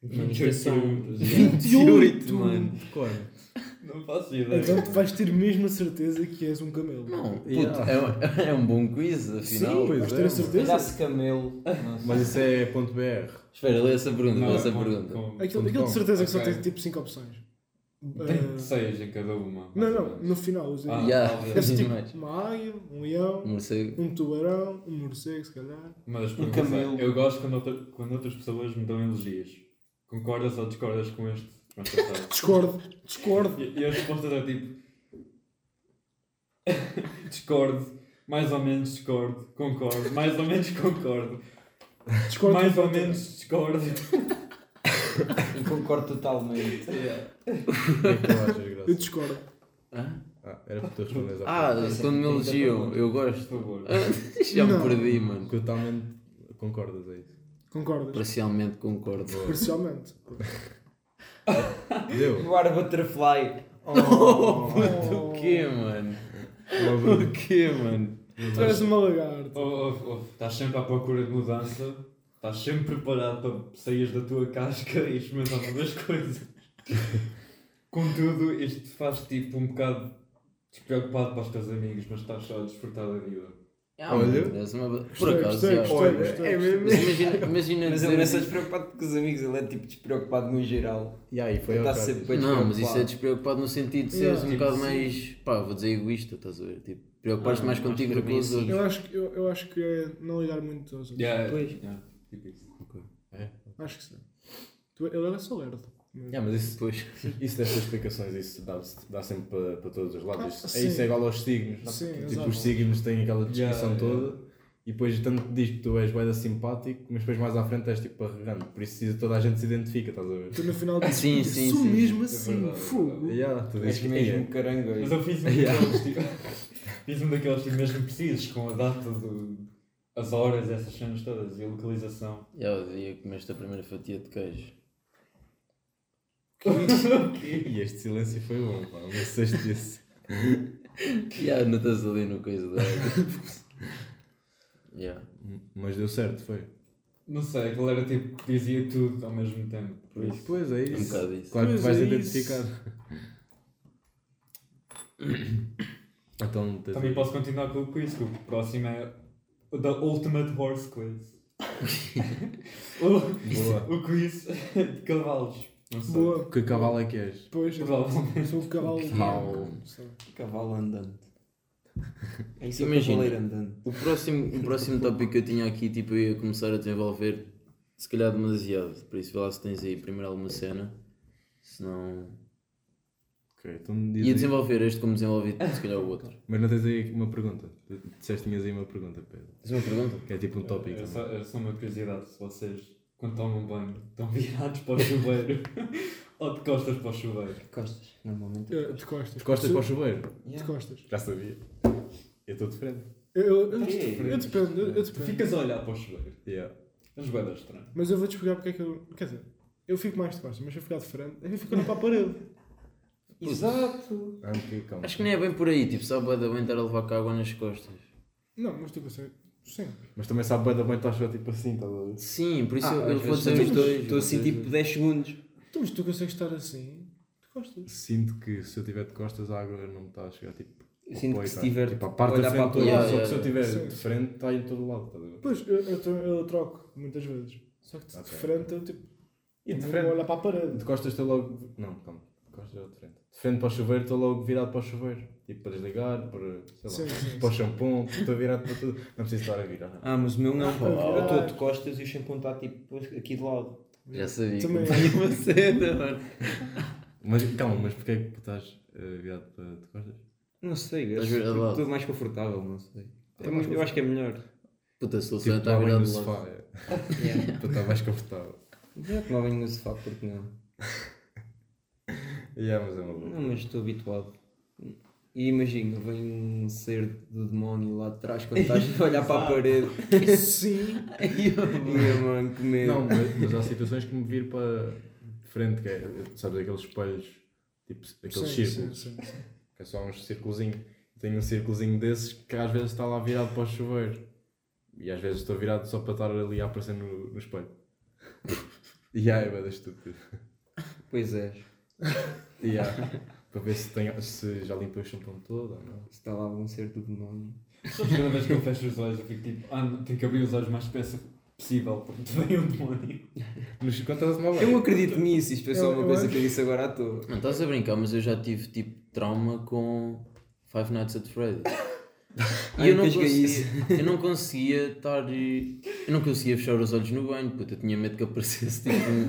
Speaker 1: Mano, isto é só um-
Speaker 4: *laughs* 28,
Speaker 1: mano.
Speaker 5: Claro.
Speaker 3: né? Não faço ideia.
Speaker 4: Então tu vais ter mesmo a certeza que és um camelo.
Speaker 2: Não, puto,
Speaker 5: Yeah.
Speaker 2: é, um, *laughs* é um bom quiz, afinal.
Speaker 5: pois
Speaker 4: vais
Speaker 5: é,
Speaker 4: ter a
Speaker 5: mano.
Speaker 4: certeza.
Speaker 1: Pedaço de camelo.
Speaker 5: Mas isso é ponto .br.
Speaker 2: Espera, lê essa pergunta,
Speaker 3: Não,
Speaker 2: lê
Speaker 3: é
Speaker 2: essa
Speaker 3: com-
Speaker 2: pergunta.
Speaker 3: com-
Speaker 4: Aquilo,
Speaker 5: Ponto
Speaker 4: aquilo de
Speaker 5: com.
Speaker 4: certeza que só
Speaker 3: Ok.
Speaker 4: tem tipo 5 opções.
Speaker 3: Tem
Speaker 4: Ah,
Speaker 3: seis em cada uma.
Speaker 4: não,
Speaker 3: mais ou
Speaker 4: não,
Speaker 3: menos.
Speaker 4: no final. os-
Speaker 3: Ah,
Speaker 2: Yeah,
Speaker 3: talvez.
Speaker 4: Deve ser
Speaker 2: mais.
Speaker 4: tipo uma águia, um leão,
Speaker 2: Um morcego.
Speaker 4: um tubarão, um morcego, se calhar.
Speaker 3: Mas
Speaker 1: Um
Speaker 3: um
Speaker 1: camelo.
Speaker 3: eu gosto quando, outra- quando outras pessoas me dão elogios. Concordas ou discordas com este? Com este resultado?
Speaker 4: Discordo, discordo.
Speaker 3: e, e as respostas é tipo. *laughs* discordo, mais ou menos discordo, concordo, mais ou menos concordo,
Speaker 4: Discordo
Speaker 3: *laughs* mais ou
Speaker 4: completamente.
Speaker 3: menos discordo.
Speaker 1: E concordo totalmente. *laughs*
Speaker 5: O que é que tu achas, Graça?
Speaker 4: Eu discordo.
Speaker 2: Hã?
Speaker 5: Ah, era para tu responderes
Speaker 2: Ah,
Speaker 5: à pergunta.
Speaker 2: quando me elogiam, eu
Speaker 3: Por
Speaker 2: gosto. *laughs*
Speaker 3: favor. *laughs*
Speaker 2: Já me
Speaker 4: Não.
Speaker 2: perdi, mano.
Speaker 5: Totalmente concordas a isso.
Speaker 4: Concordas?
Speaker 2: Parcialmente concordo.
Speaker 4: Parcialmente.
Speaker 5: Deu.
Speaker 1: You are a butterfly. Oh.
Speaker 2: O quê, mano?
Speaker 5: Uma
Speaker 2: O
Speaker 5: bru-
Speaker 2: quê, mano?
Speaker 4: Tu és uma lagarta.
Speaker 3: Oh, oh, oh, Estás sempre à procura de mudança, estás sempre preparado para sair da tua casca e experimentar novas coisas. Contudo, isto te faz tipo um bocado despreocupado para os teus amigos, mas estás só a desfrutar da vida.
Speaker 2: Ah,
Speaker 5: Olha.
Speaker 2: mano, és uma- Por
Speaker 4: Gostei,
Speaker 2: acaso,
Speaker 4: gostei,
Speaker 2: já.
Speaker 4: gostei,
Speaker 5: Olha,
Speaker 4: gostei.
Speaker 5: é mesmo.
Speaker 2: Mas imagina, imagina
Speaker 1: Mas
Speaker 2: dizer
Speaker 1: ele não é só
Speaker 2: isso.
Speaker 1: despreocupado com os amigos, ele é tipo despreocupado no geral.
Speaker 5: E aí,
Speaker 2: Tá
Speaker 5: foi ao
Speaker 1: Está
Speaker 5: caso.
Speaker 1: sempre bem
Speaker 2: Não, mas isso é
Speaker 1: despreocupado.
Speaker 2: despreocupado no sentido de
Speaker 4: Yeah.
Speaker 2: seres um
Speaker 3: Tipo,
Speaker 2: bocado
Speaker 3: sim.
Speaker 2: mais, pá, vou dizer egoísta, estás a ver? Tipo, preocupares-te
Speaker 3: Ah,
Speaker 2: mais
Speaker 3: acho
Speaker 2: contigo
Speaker 3: que
Speaker 2: do que com os
Speaker 1: também
Speaker 2: outros.
Speaker 4: Eu acho, que- eu, eu acho que é não ligar muito aos outros.
Speaker 1: Pois.
Speaker 3: yeah, tipo isso.
Speaker 4: Acho que sim. Tu, ele era só lerdo.
Speaker 5: Yeah, mas isso,
Speaker 2: *laughs* Depois,
Speaker 5: isso destas explicações, isso dá, dá sempre para, para todos os lados.
Speaker 4: Ah,
Speaker 5: Isso-
Speaker 4: sim.
Speaker 5: isso é igual aos signos.
Speaker 4: Sim,
Speaker 5: tipo,
Speaker 4: exato.
Speaker 5: os signos têm aquela
Speaker 3: Yeah,
Speaker 5: descrição
Speaker 3: yeah.
Speaker 5: toda. E depois tanto te diz que tu és boeda simpático, mas depois mais à frente és tipo arrogante. Por isso toda a gente se identifica, estás a ver?
Speaker 4: Tu no final dizes,
Speaker 2: Sim,
Speaker 4: "Eu
Speaker 2: sim,
Speaker 4: sou
Speaker 2: sim.
Speaker 4: mesmo
Speaker 3: É
Speaker 4: assim,
Speaker 3: verdade, é
Speaker 4: fogo.
Speaker 5: Yeah, tu dizes
Speaker 1: És
Speaker 5: que
Speaker 1: mesmo
Speaker 5: mesmo.
Speaker 1: carango.
Speaker 3: Mas eu fiz um
Speaker 5: Yeah.
Speaker 3: daqueles tipo. *laughs* Fiz um daqueles tipo mesmo precisos, com a data do. as horas, essas cenas todas e a localização.
Speaker 2: já o dia que comeste a primeira fatia de queijo.
Speaker 5: E este silêncio foi bom, pá. Mas disseste isso.
Speaker 2: Já, não estás ali no coisa da *laughs* Já.
Speaker 5: Mas deu certo, foi.
Speaker 3: Não sei, aquilo era tipo, dizia tudo ao mesmo tempo. Por isso.
Speaker 5: Pois é
Speaker 2: Um
Speaker 5: isso.
Speaker 2: bocado isso.
Speaker 5: Claro que
Speaker 4: Pois
Speaker 5: te vais
Speaker 4: é
Speaker 5: identificar. *coughs* então, tens
Speaker 3: Também posso continuar com o quiz, que o próximo é o The Ultimate Horse Quiz. *laughs* o,
Speaker 5: Boa.
Speaker 3: o quiz de cavalos. Não sei.
Speaker 4: Boa.
Speaker 5: Que cavalo é que és?
Speaker 4: Pois,
Speaker 3: Provavelmente.
Speaker 4: eu sou um cavalo.
Speaker 2: Mal.
Speaker 4: Sim.
Speaker 1: Cavalo andante. É isso que
Speaker 2: Imagina.
Speaker 1: cavaleiro andante.
Speaker 2: O próximo, o próximo tópico que eu tinha aqui, tipo, eu ia começar a desenvolver, se calhar demasiado. Por isso, vê lá se tens aí primeiro alguma cena. Se não.
Speaker 5: Ok, então me diz
Speaker 2: Ia
Speaker 5: aí.
Speaker 2: desenvolver este como desenvolvi, se calhar o outro.
Speaker 5: Mas não tens aí uma pergunta. Tu Disseste que tinhas aí uma pergunta, Pedro.
Speaker 2: Tens uma pergunta?
Speaker 5: Que é tipo um tópico.
Speaker 3: É
Speaker 5: também.
Speaker 3: só, é só uma curiosidade, se vocês, quando tomam banho, estão *laughs* virados para o chuveiro *laughs* ou de costas para o chuveiro.
Speaker 1: Costas, normalmente. é
Speaker 4: Eh, De costas.
Speaker 5: As costas
Speaker 4: Sou-
Speaker 5: para o chuveiro?
Speaker 4: De
Speaker 1: Yeah.
Speaker 4: costas.
Speaker 5: Já sabia. Eu estou de frente.
Speaker 4: Eu, eu, eu,
Speaker 1: Ei.
Speaker 4: eu dependo, eu, eu
Speaker 3: Tu
Speaker 4: dependo.
Speaker 3: ficas a olhar para o chuveiro.
Speaker 5: Yeah.
Speaker 3: As boedas estranho.
Speaker 4: Mas eu vou te explicar porque é que eu. Quer dizer, eu fico mais de costas, mas se eu ficar de frente, eu fico olhando para a parede.
Speaker 1: Exato.
Speaker 5: Ah, ok, calma.
Speaker 2: Acho que nem é bem por aí, tipo, sabe, bué da bem estar a levar com água nas costas.
Speaker 4: Não, mas tu consegues. Sim.
Speaker 5: Mas também sabe bem da bem estás só tipo assim, estás a ver?
Speaker 2: Sim, por isso
Speaker 1: Ah,
Speaker 2: eu, eu
Speaker 1: às
Speaker 2: vou
Speaker 1: vezes
Speaker 2: dizer os
Speaker 1: também
Speaker 2: dois.
Speaker 1: Estou
Speaker 2: vou
Speaker 1: assim
Speaker 2: dizer os
Speaker 1: tipo
Speaker 2: dois.
Speaker 1: 10 segundos.
Speaker 4: Então, mas tu consegues estar assim? Tu Costas.
Speaker 5: Sinto que se eu estiver de costas, a água não me está a chegar tipo.
Speaker 1: Eu
Speaker 5: ao
Speaker 1: sinto
Speaker 5: pé,
Speaker 1: que se
Speaker 5: tá?
Speaker 1: tiver.
Speaker 5: Tipo, a parte da
Speaker 1: olhar para
Speaker 5: frente
Speaker 1: a
Speaker 5: toda.
Speaker 2: tua- Yeah,
Speaker 5: só
Speaker 2: yeah,
Speaker 5: que se eu estiver
Speaker 4: yeah.
Speaker 5: de frente, está em todo lado, estás a ver?
Speaker 4: Pois, eu, eu, tro- eu troco muitas vezes. Só que de
Speaker 5: Ok. Tá
Speaker 4: frente eu tipo.
Speaker 5: E de
Speaker 4: não
Speaker 5: frente?
Speaker 4: vou olhar para a parede.
Speaker 5: De costas estou logo. Não, calma. De costas é de frente. De frente para o chuveiro, estou logo virado para o chuveiro. Tipo, para desligar, para. sei
Speaker 4: Sim,
Speaker 5: lá.
Speaker 4: sim.
Speaker 5: Para o shampoo, estou virado para tudo. Não preciso estar a virar.
Speaker 1: Ah, mas o meu não.
Speaker 4: Ah,
Speaker 1: eu estou
Speaker 4: caralho.
Speaker 1: de costas e o shampoo está tipo aqui de lado.
Speaker 2: Já sabia.
Speaker 4: Também.
Speaker 2: que tinha uma cena, mano.
Speaker 5: Mas calma, mas porquê é que estás eh, virado para de costas?
Speaker 1: Não sei, eu
Speaker 2: Estás virado de lado.
Speaker 1: estou mais confortável, não sei.
Speaker 5: Tá
Speaker 1: É
Speaker 5: mais
Speaker 1: muito- eu acho que é melhor. tá
Speaker 2: Puta, a solução
Speaker 5: Tipo,
Speaker 2: está
Speaker 5: tomar
Speaker 2: virada
Speaker 5: banho no
Speaker 2: de lado.
Speaker 5: sofá. é, Para estar mais confortável.
Speaker 1: Já tomar banho no sofá, porque não?
Speaker 5: Yeah, mas é uma boa.
Speaker 1: Não, mas estou habituado. E imagina, vem um ser do demónio lá de trás quando estás a olhar para a parede.
Speaker 5: *laughs*
Speaker 4: Sim.
Speaker 1: E eu, mano, que medo.
Speaker 5: Não, mas, mas há situações que me vir para de frente, que é, sabes, aqueles espelhos, tipo, aqueles
Speaker 4: Sim, assim. sim,
Speaker 5: círculos,
Speaker 4: sim, sim.
Speaker 5: que é só um círculozinho. Tenho um círculozinho desses que às vezes está lá virado para o chuveiro. E às vezes estou virado só para estar ali a aparecer no, no espelho. *laughs* E aí, é estúpido.
Speaker 1: Pois é,
Speaker 5: E aí, para ver se, tenho, se já limpei o shampoo todo ou não.
Speaker 1: está lá um ser do demónio.
Speaker 3: Sabes, cada vez que eu fecho os olhos, eu fico tipo, ah, não, tenho que abrir os olhos o mais depressa possível, porque *laughs* vem um demónio.
Speaker 5: Mas quando estás a tomar
Speaker 1: Eu não
Speaker 5: banho?
Speaker 1: acredito nisso, isto foi só
Speaker 4: Eu-
Speaker 1: uma
Speaker 4: eu
Speaker 1: coisa
Speaker 4: acho-
Speaker 1: que eu disse agora à
Speaker 4: *laughs*
Speaker 1: toa.
Speaker 2: Não, estás a brincar, mas eu já tive tipo trauma com Five Nights at Freddy's. *laughs*
Speaker 1: Ai,
Speaker 2: E eu não,
Speaker 1: nunca joguei
Speaker 2: conseguia, eu não conseguia estar. e- Eu não conseguia fechar os olhos no banho, puta, eu tinha medo que aparecesse tipo um,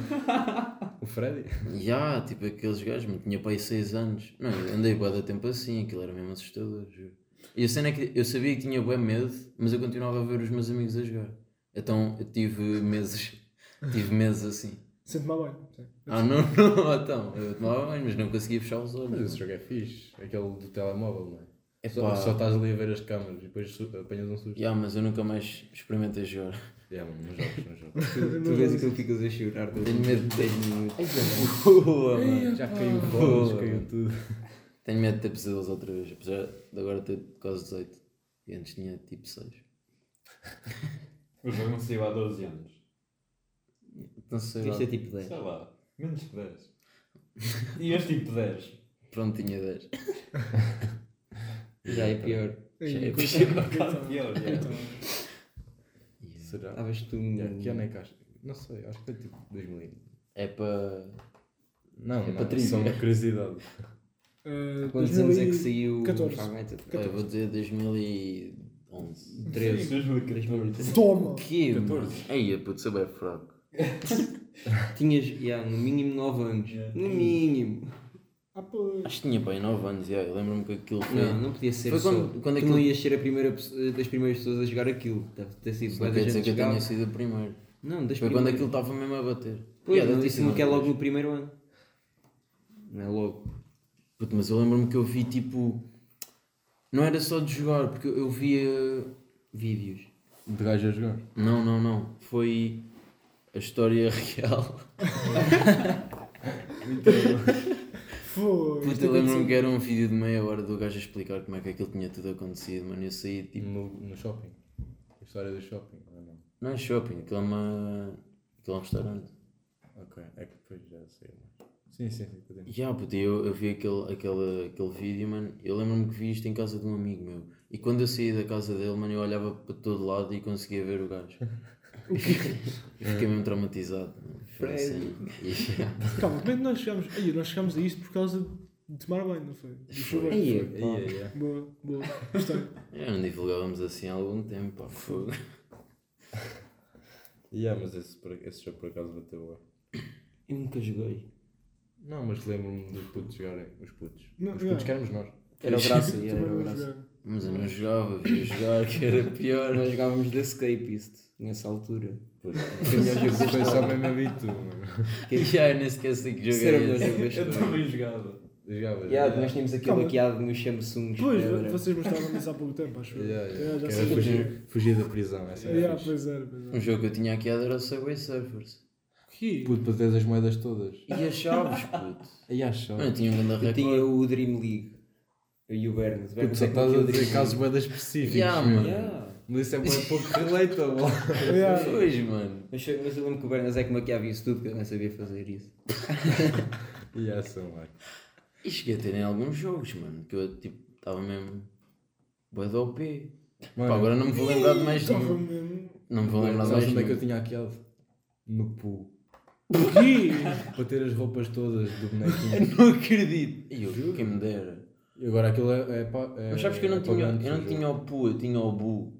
Speaker 5: O Freddy?
Speaker 2: Ya, tipo aqueles gajos, mas tinha para aí 6 anos. Não, eu andei bué da tempo assim, aquilo era mesmo assustador, juro. E a cena é que eu sabia que tinha bué medo, mas eu continuava a ver os meus amigos a jogar. Então eu tive meses, *laughs* tive meses assim.
Speaker 4: Sinto-me a banho. Sim.
Speaker 2: Ah, não, *laughs* não, então, eu tomava banho, mas não conseguia fechar os
Speaker 5: Mas
Speaker 2: olhos.
Speaker 5: esse jogo é fixe. Aquele do telemóvel, não é?
Speaker 2: É
Speaker 5: Só,
Speaker 2: pá,
Speaker 5: só estás ali a ver as câmaras e depois su- apanhas um susto.
Speaker 2: Ya, mas eu nunca mais experimentei jogar. *laughs*
Speaker 5: Yeah, É, mano, nos jogos, nos jogos.
Speaker 1: Tu, tu vês aquilo que ficas a chorar durante
Speaker 2: Tenho medo de
Speaker 1: 10 minutos.
Speaker 2: Boa, mano.
Speaker 5: Já caiu bolas, caiu tudo.
Speaker 2: Tenho medo de ter pesadelos outra vez, apesar de agora ter quase 18. E antes tinha tipo 6.
Speaker 3: O jogo não saiu há 12 anos.
Speaker 2: Não sei lá.
Speaker 1: Isto é tipo 10.
Speaker 3: Sei lá, menos que 10. E este tipo *laughs* 10.
Speaker 2: Pronto, tinha 10.
Speaker 1: Já é pior.
Speaker 4: Ei,
Speaker 2: Puxa,
Speaker 4: coitado,
Speaker 3: bocado
Speaker 4: coitado,
Speaker 3: pior, é.
Speaker 4: coitado.
Speaker 5: Será?
Speaker 1: Estavas tu.
Speaker 5: Yeah, que ano é que acho? Não sei, acho que é tipo 2000. e-
Speaker 2: É para.
Speaker 5: Não,
Speaker 2: É
Speaker 5: é
Speaker 2: para
Speaker 5: não,
Speaker 2: trinta.
Speaker 5: só uma curiosidade.
Speaker 4: Eh,
Speaker 1: Há Quantos anos é que
Speaker 4: 2000 e-
Speaker 1: saiu?
Speaker 4: 14.
Speaker 1: Five Nights at
Speaker 2: Eu vou dizer 2011.
Speaker 1: 13.
Speaker 3: 2014.
Speaker 1: 2013.
Speaker 4: Toma!
Speaker 2: Que?
Speaker 3: 14.
Speaker 2: Aí, puto, sou bem fraco.
Speaker 1: Tinhas, yeah, no mínimo 9 anos.
Speaker 3: Yeah.
Speaker 1: No mínimo.
Speaker 4: Ah, pois.
Speaker 2: Acho que tinha bem 9 anos, já. Eu lembro-me que aquilo foi.
Speaker 1: Não, não podia ser
Speaker 2: Foi
Speaker 1: só.
Speaker 2: quando- quando
Speaker 1: tu
Speaker 2: aquilo-
Speaker 1: não é ias ser a primeira pessoa- das primeiras pessoas a jogar aquilo. Deve ter sido
Speaker 2: Isso
Speaker 1: bué
Speaker 2: não
Speaker 1: da
Speaker 2: quer
Speaker 1: gente
Speaker 2: dizer que eu
Speaker 1: jogava.
Speaker 2: tenha sido o primeiro.
Speaker 1: Não, das
Speaker 2: Foi quando
Speaker 1: primeiras.
Speaker 2: aquilo estava mesmo a bater.
Speaker 1: Pois,
Speaker 2: Já, deve
Speaker 1: não,
Speaker 2: ter
Speaker 1: isso
Speaker 2: sido
Speaker 1: não que é
Speaker 2: antes.
Speaker 1: logo no primeiro ano. Não é logo.
Speaker 2: Puto, mas eu lembro-me que eu vi tipo. Não era só de jogar, porque eu eu via.
Speaker 1: Vídeos.
Speaker 5: De Um gajo a jogar.
Speaker 2: Não, não, não. Foi a história *laughs* real.
Speaker 4: Foi.
Speaker 2: Puta, eu lembro-me que era um vídeo de meia hora do gajo a explicar como é que aquilo tinha tudo acontecido, mano. Eu saí tipo.
Speaker 5: No, no shopping. A história do shopping. ou Ah, não?
Speaker 2: Não é shopping, aquilo é uma. aquilo é um restaurante.
Speaker 5: Ok, é que depois já sei. mas- Sim, sim, sim. podemos.
Speaker 2: Já, puto, eu, eu vi aquele, aquele, aquele vídeo, mano. Eu lembro-me que vi isto em casa de um amigo meu. E quando eu saí da casa dele, mano, eu olhava para todo lado e conseguia ver o gajo. *laughs* Eu fiquei mesmo traumatizado. mano. Foi
Speaker 1: Fred.
Speaker 2: assim. E-
Speaker 4: Calma, como é que nós chegámos? Ai, nós chegámos a isto por causa de tomar banho, não foi? Do chuveiro.
Speaker 1: Aí, é. pá.
Speaker 5: Ia, ia.
Speaker 4: Boa, boa. Gostei.
Speaker 2: Já não divulgávamos assim há algum tempo, pá, fogo.
Speaker 5: Ia, ah, mas esse, por- esse jogo por acaso bateu lá.
Speaker 1: Eu nunca joguei.
Speaker 5: Não, mas lembro-me dos putos jogarem. Os putos.
Speaker 4: Não,
Speaker 5: os
Speaker 4: yeah.
Speaker 5: putos que éramos nós.
Speaker 1: Era o braço, Ah, era,
Speaker 4: Também
Speaker 1: era o
Speaker 4: vou
Speaker 1: braço.
Speaker 4: jogar.
Speaker 2: Mas eu não jogava, via jogar, que era pior. *laughs*
Speaker 1: Nós jogávamos The Escapist nessa *laughs* altura.
Speaker 5: Putos. Foi só mesmo a vir tu, mano.
Speaker 2: Já, eu nem sequer sei que
Speaker 1: Isso era o melhor
Speaker 2: jogo é
Speaker 1: jogo da
Speaker 3: Eu
Speaker 1: história.
Speaker 3: também jogava.
Speaker 5: Jogavas.
Speaker 1: *laughs* Yeah, nós tínhamos aquilo
Speaker 4: Calma.
Speaker 1: hackeado nos Samsung.
Speaker 4: Pois, vocês mostraram isso há pouco tempo, acho eu.
Speaker 5: Yeah, yeah.
Speaker 4: É, já
Speaker 5: Que
Speaker 4: sei.
Speaker 5: era fugir, fugir da prisão, essa era
Speaker 4: Yeah,
Speaker 5: fixe.
Speaker 4: pois era, pois era.
Speaker 2: Um jogo que eu tinha aqui era o Subway Surfers.
Speaker 4: Que?
Speaker 5: Puto, para teres as moedas todas.
Speaker 2: E as chaves, puto.
Speaker 5: Aí acho.
Speaker 2: Mano, eu tinha um grande
Speaker 1: Eu
Speaker 2: recorde.
Speaker 1: tinha o Dream League. Eu e o Bernas. é
Speaker 5: Puto, só estás a dizer casos moedas específicos.
Speaker 2: Yeah,
Speaker 5: mano.
Speaker 2: mano.
Speaker 5: Mas isso é bué pouco relatable. *laughs*
Speaker 4: Yeah.
Speaker 2: Pois, mano.
Speaker 1: Mas, eu- mas eu lembro que o Bernas é que maquiava isso tudo, que eu não sabia fazer isso.
Speaker 5: E a ação, like.
Speaker 2: E cheguei a ter em alguns jogos, mano, que eu tipo, estava mesmo. Boa da OP. Pá, agora não me vou lembrar de mais
Speaker 4: Estava
Speaker 2: nenhum.
Speaker 4: mesmo.
Speaker 2: Não me vou lembrar de
Speaker 5: sabes
Speaker 2: mais
Speaker 5: onde é que eu
Speaker 2: nenhum.
Speaker 5: tinha aquele? No pool.
Speaker 4: Porquê?
Speaker 5: Para ter as roupas todas do bonequinho.
Speaker 2: *laughs* Eu não acredito. E eu, quem me dera.
Speaker 5: E agora aquilo é. é, pa- é
Speaker 2: Mas sabes que eu não
Speaker 5: é
Speaker 2: tinha,
Speaker 5: pagante,
Speaker 2: eu não
Speaker 5: seja,
Speaker 2: tinha o Pu, eu tinha o Bu.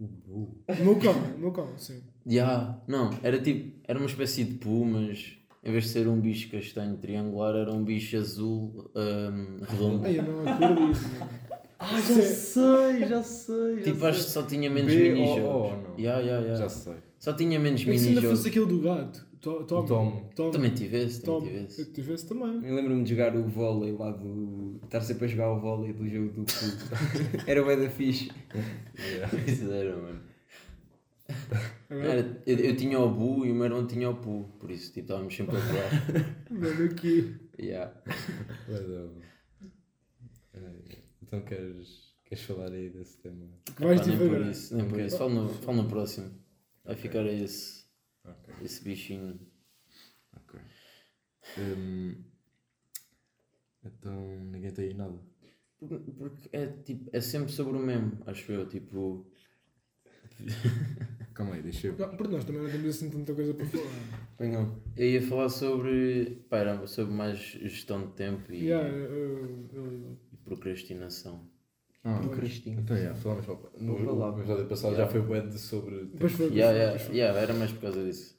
Speaker 5: o Bu.
Speaker 4: No cão, no cão, sim.
Speaker 2: Ya, não, era tipo, era uma espécie de Pu, mas em vez de ser um bicho castanho triangular, era um bicho azul hum, redondo.
Speaker 4: Ai, eu não acordo isso, mano.
Speaker 5: Ah, já sei, já sei.
Speaker 2: Tipo, acho que só tinha menos
Speaker 5: B.O.O.,
Speaker 2: mini-jogos.
Speaker 5: não?
Speaker 2: Ya, ya, ya.
Speaker 5: Já sei.
Speaker 2: Só tinha menos
Speaker 4: E se ainda fosse
Speaker 2: mini-jogos.
Speaker 4: aquele do gato? To- Tom.
Speaker 5: Tom.
Speaker 4: Tom.
Speaker 2: Também tivesse,
Speaker 4: Tom.
Speaker 2: também
Speaker 4: *laughs*
Speaker 2: tivesse.
Speaker 4: Eu tivesse também.
Speaker 1: Eu lembro-me de jogar o vôlei lá do. estar sempre a jogar o vôlei do jogo do
Speaker 5: *laughs*
Speaker 1: clube. Era o da fixe.
Speaker 2: Isso era, mano.
Speaker 4: Agora,
Speaker 2: Era- eu, eu tinha o Bu e o meu irmão tinha o Pu, por isso tipo, estávamos sempre a voar.
Speaker 4: mano, aqui.
Speaker 2: yeah.
Speaker 5: Mas, ó, é, Então queres, queres falar aí desse tema?
Speaker 4: Que vais
Speaker 2: Pá, nem por
Speaker 4: devagar.
Speaker 2: isso, nem por isso. Fala no, fala no próximo. Vai ficar esse,
Speaker 5: Ok.
Speaker 2: esse bichinho.
Speaker 5: Ok. Hum, então ninguém tem aí nada.
Speaker 2: Porque porque é, tipo, é sempre sobre o mesmo, acho eu. Tipo,
Speaker 5: Calma aí, deixa eu.
Speaker 4: Não, porque nós também não temos assim tanta coisa para falar.
Speaker 1: Pois não.
Speaker 2: eu ia falar sobre. Pá, era sobre mais gestão de tempo e,
Speaker 4: Yeah, eu- eu-
Speaker 2: e procrastinação.
Speaker 5: Ah,
Speaker 1: Procrastino.
Speaker 5: então é, falámos para No
Speaker 1: Vou falar.
Speaker 5: no episódio passado já foi o de sobre.
Speaker 4: Depois foi.
Speaker 2: Yeah, yeah, yeah, era mais por causa disso.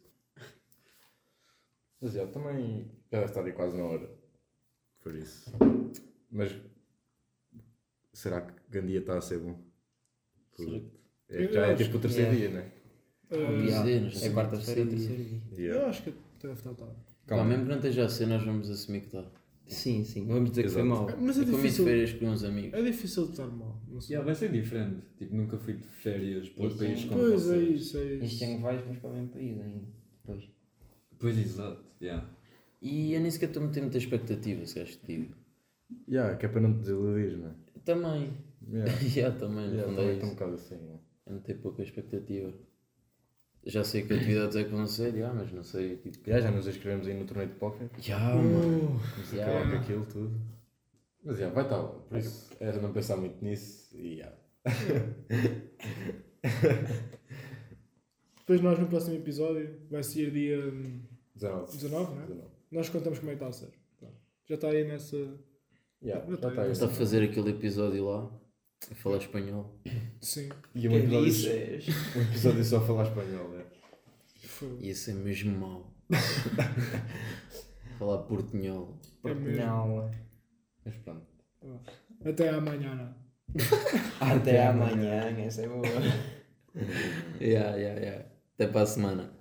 Speaker 5: Mas já também já deve estar aí quase na hora. Por isso. Mas será que Gandia está a ser bom? Por-
Speaker 2: Será
Speaker 5: É, já é tipo o terceiro dia, né?
Speaker 4: Eh,
Speaker 1: Yeah.
Speaker 2: Dizer,
Speaker 1: É quarta-feira, terceiro dia.
Speaker 5: Yeah.
Speaker 4: Eu acho que deve estar tarde.
Speaker 2: Pá,
Speaker 5: Calma.
Speaker 2: mesmo que não esteja a ser, nós vamos assumir que está.
Speaker 1: Sim, sim. Vamos dizer
Speaker 5: Exato.
Speaker 1: que foi mal.
Speaker 4: Mas é
Speaker 2: Eu comi de
Speaker 4: difícil.
Speaker 2: férias com uns amigos.
Speaker 4: É difícil de estar mal. Não sei.
Speaker 3: Yeah, vai ser diferente. Tipo, nunca fui de férias para
Speaker 1: Isso.
Speaker 3: país como
Speaker 4: Pois é
Speaker 3: vocês.
Speaker 4: isso, é
Speaker 1: Este
Speaker 4: isso.
Speaker 1: ano vais, mas para o mesmo país ainda. Pois.
Speaker 3: Pois, exato. Yeah.
Speaker 2: E é eu nem sequer estou a meter muita expectativa, se acho que digo.
Speaker 5: Yeah, que é para não te desiludir, né?
Speaker 2: Também. *laughs*
Speaker 5: Yeah.
Speaker 2: Já, também, no
Speaker 5: Yeah,
Speaker 2: fundo
Speaker 5: também
Speaker 2: é
Speaker 5: estou um
Speaker 2: isso.
Speaker 5: bocado assim, né?
Speaker 2: Eu não tenho pouca expectativa. Já sei que atividades é que vão ser, já, mas não sei, tipo...
Speaker 5: Yeah, já nos inscrevemos aí no torneio de póquer.
Speaker 2: Já, mano.
Speaker 4: Uh,
Speaker 5: Vamos
Speaker 2: Yeah.
Speaker 5: acabar com aquilo tudo. Mas yeah, vai estar bom. Por isso era não pensar muito nisso e yeah.
Speaker 4: Depois nós no próximo episódio, vai ser dia. hum,
Speaker 5: 19.
Speaker 4: 19, né?
Speaker 5: 19.
Speaker 4: Nós contamos como é que está a ser. Pronto. Já está aí nessa.
Speaker 5: Yeah,
Speaker 4: Eu
Speaker 5: já está aí.
Speaker 2: Está a fazer aquele episódio lá, a falar espanhol.
Speaker 4: Sim.
Speaker 1: *laughs*
Speaker 5: E um episódio,
Speaker 1: dizes?
Speaker 5: um episódio só a falar espanhol, é.
Speaker 4: Foi.
Speaker 2: E isso é mesmo mau. falar portunhol.
Speaker 4: É mesmo.
Speaker 1: Não.
Speaker 5: Mas pronto.
Speaker 4: Até amanhã. não. é?
Speaker 1: Até amanhã, essa é boa.
Speaker 2: Já, já, já. Até para a semana.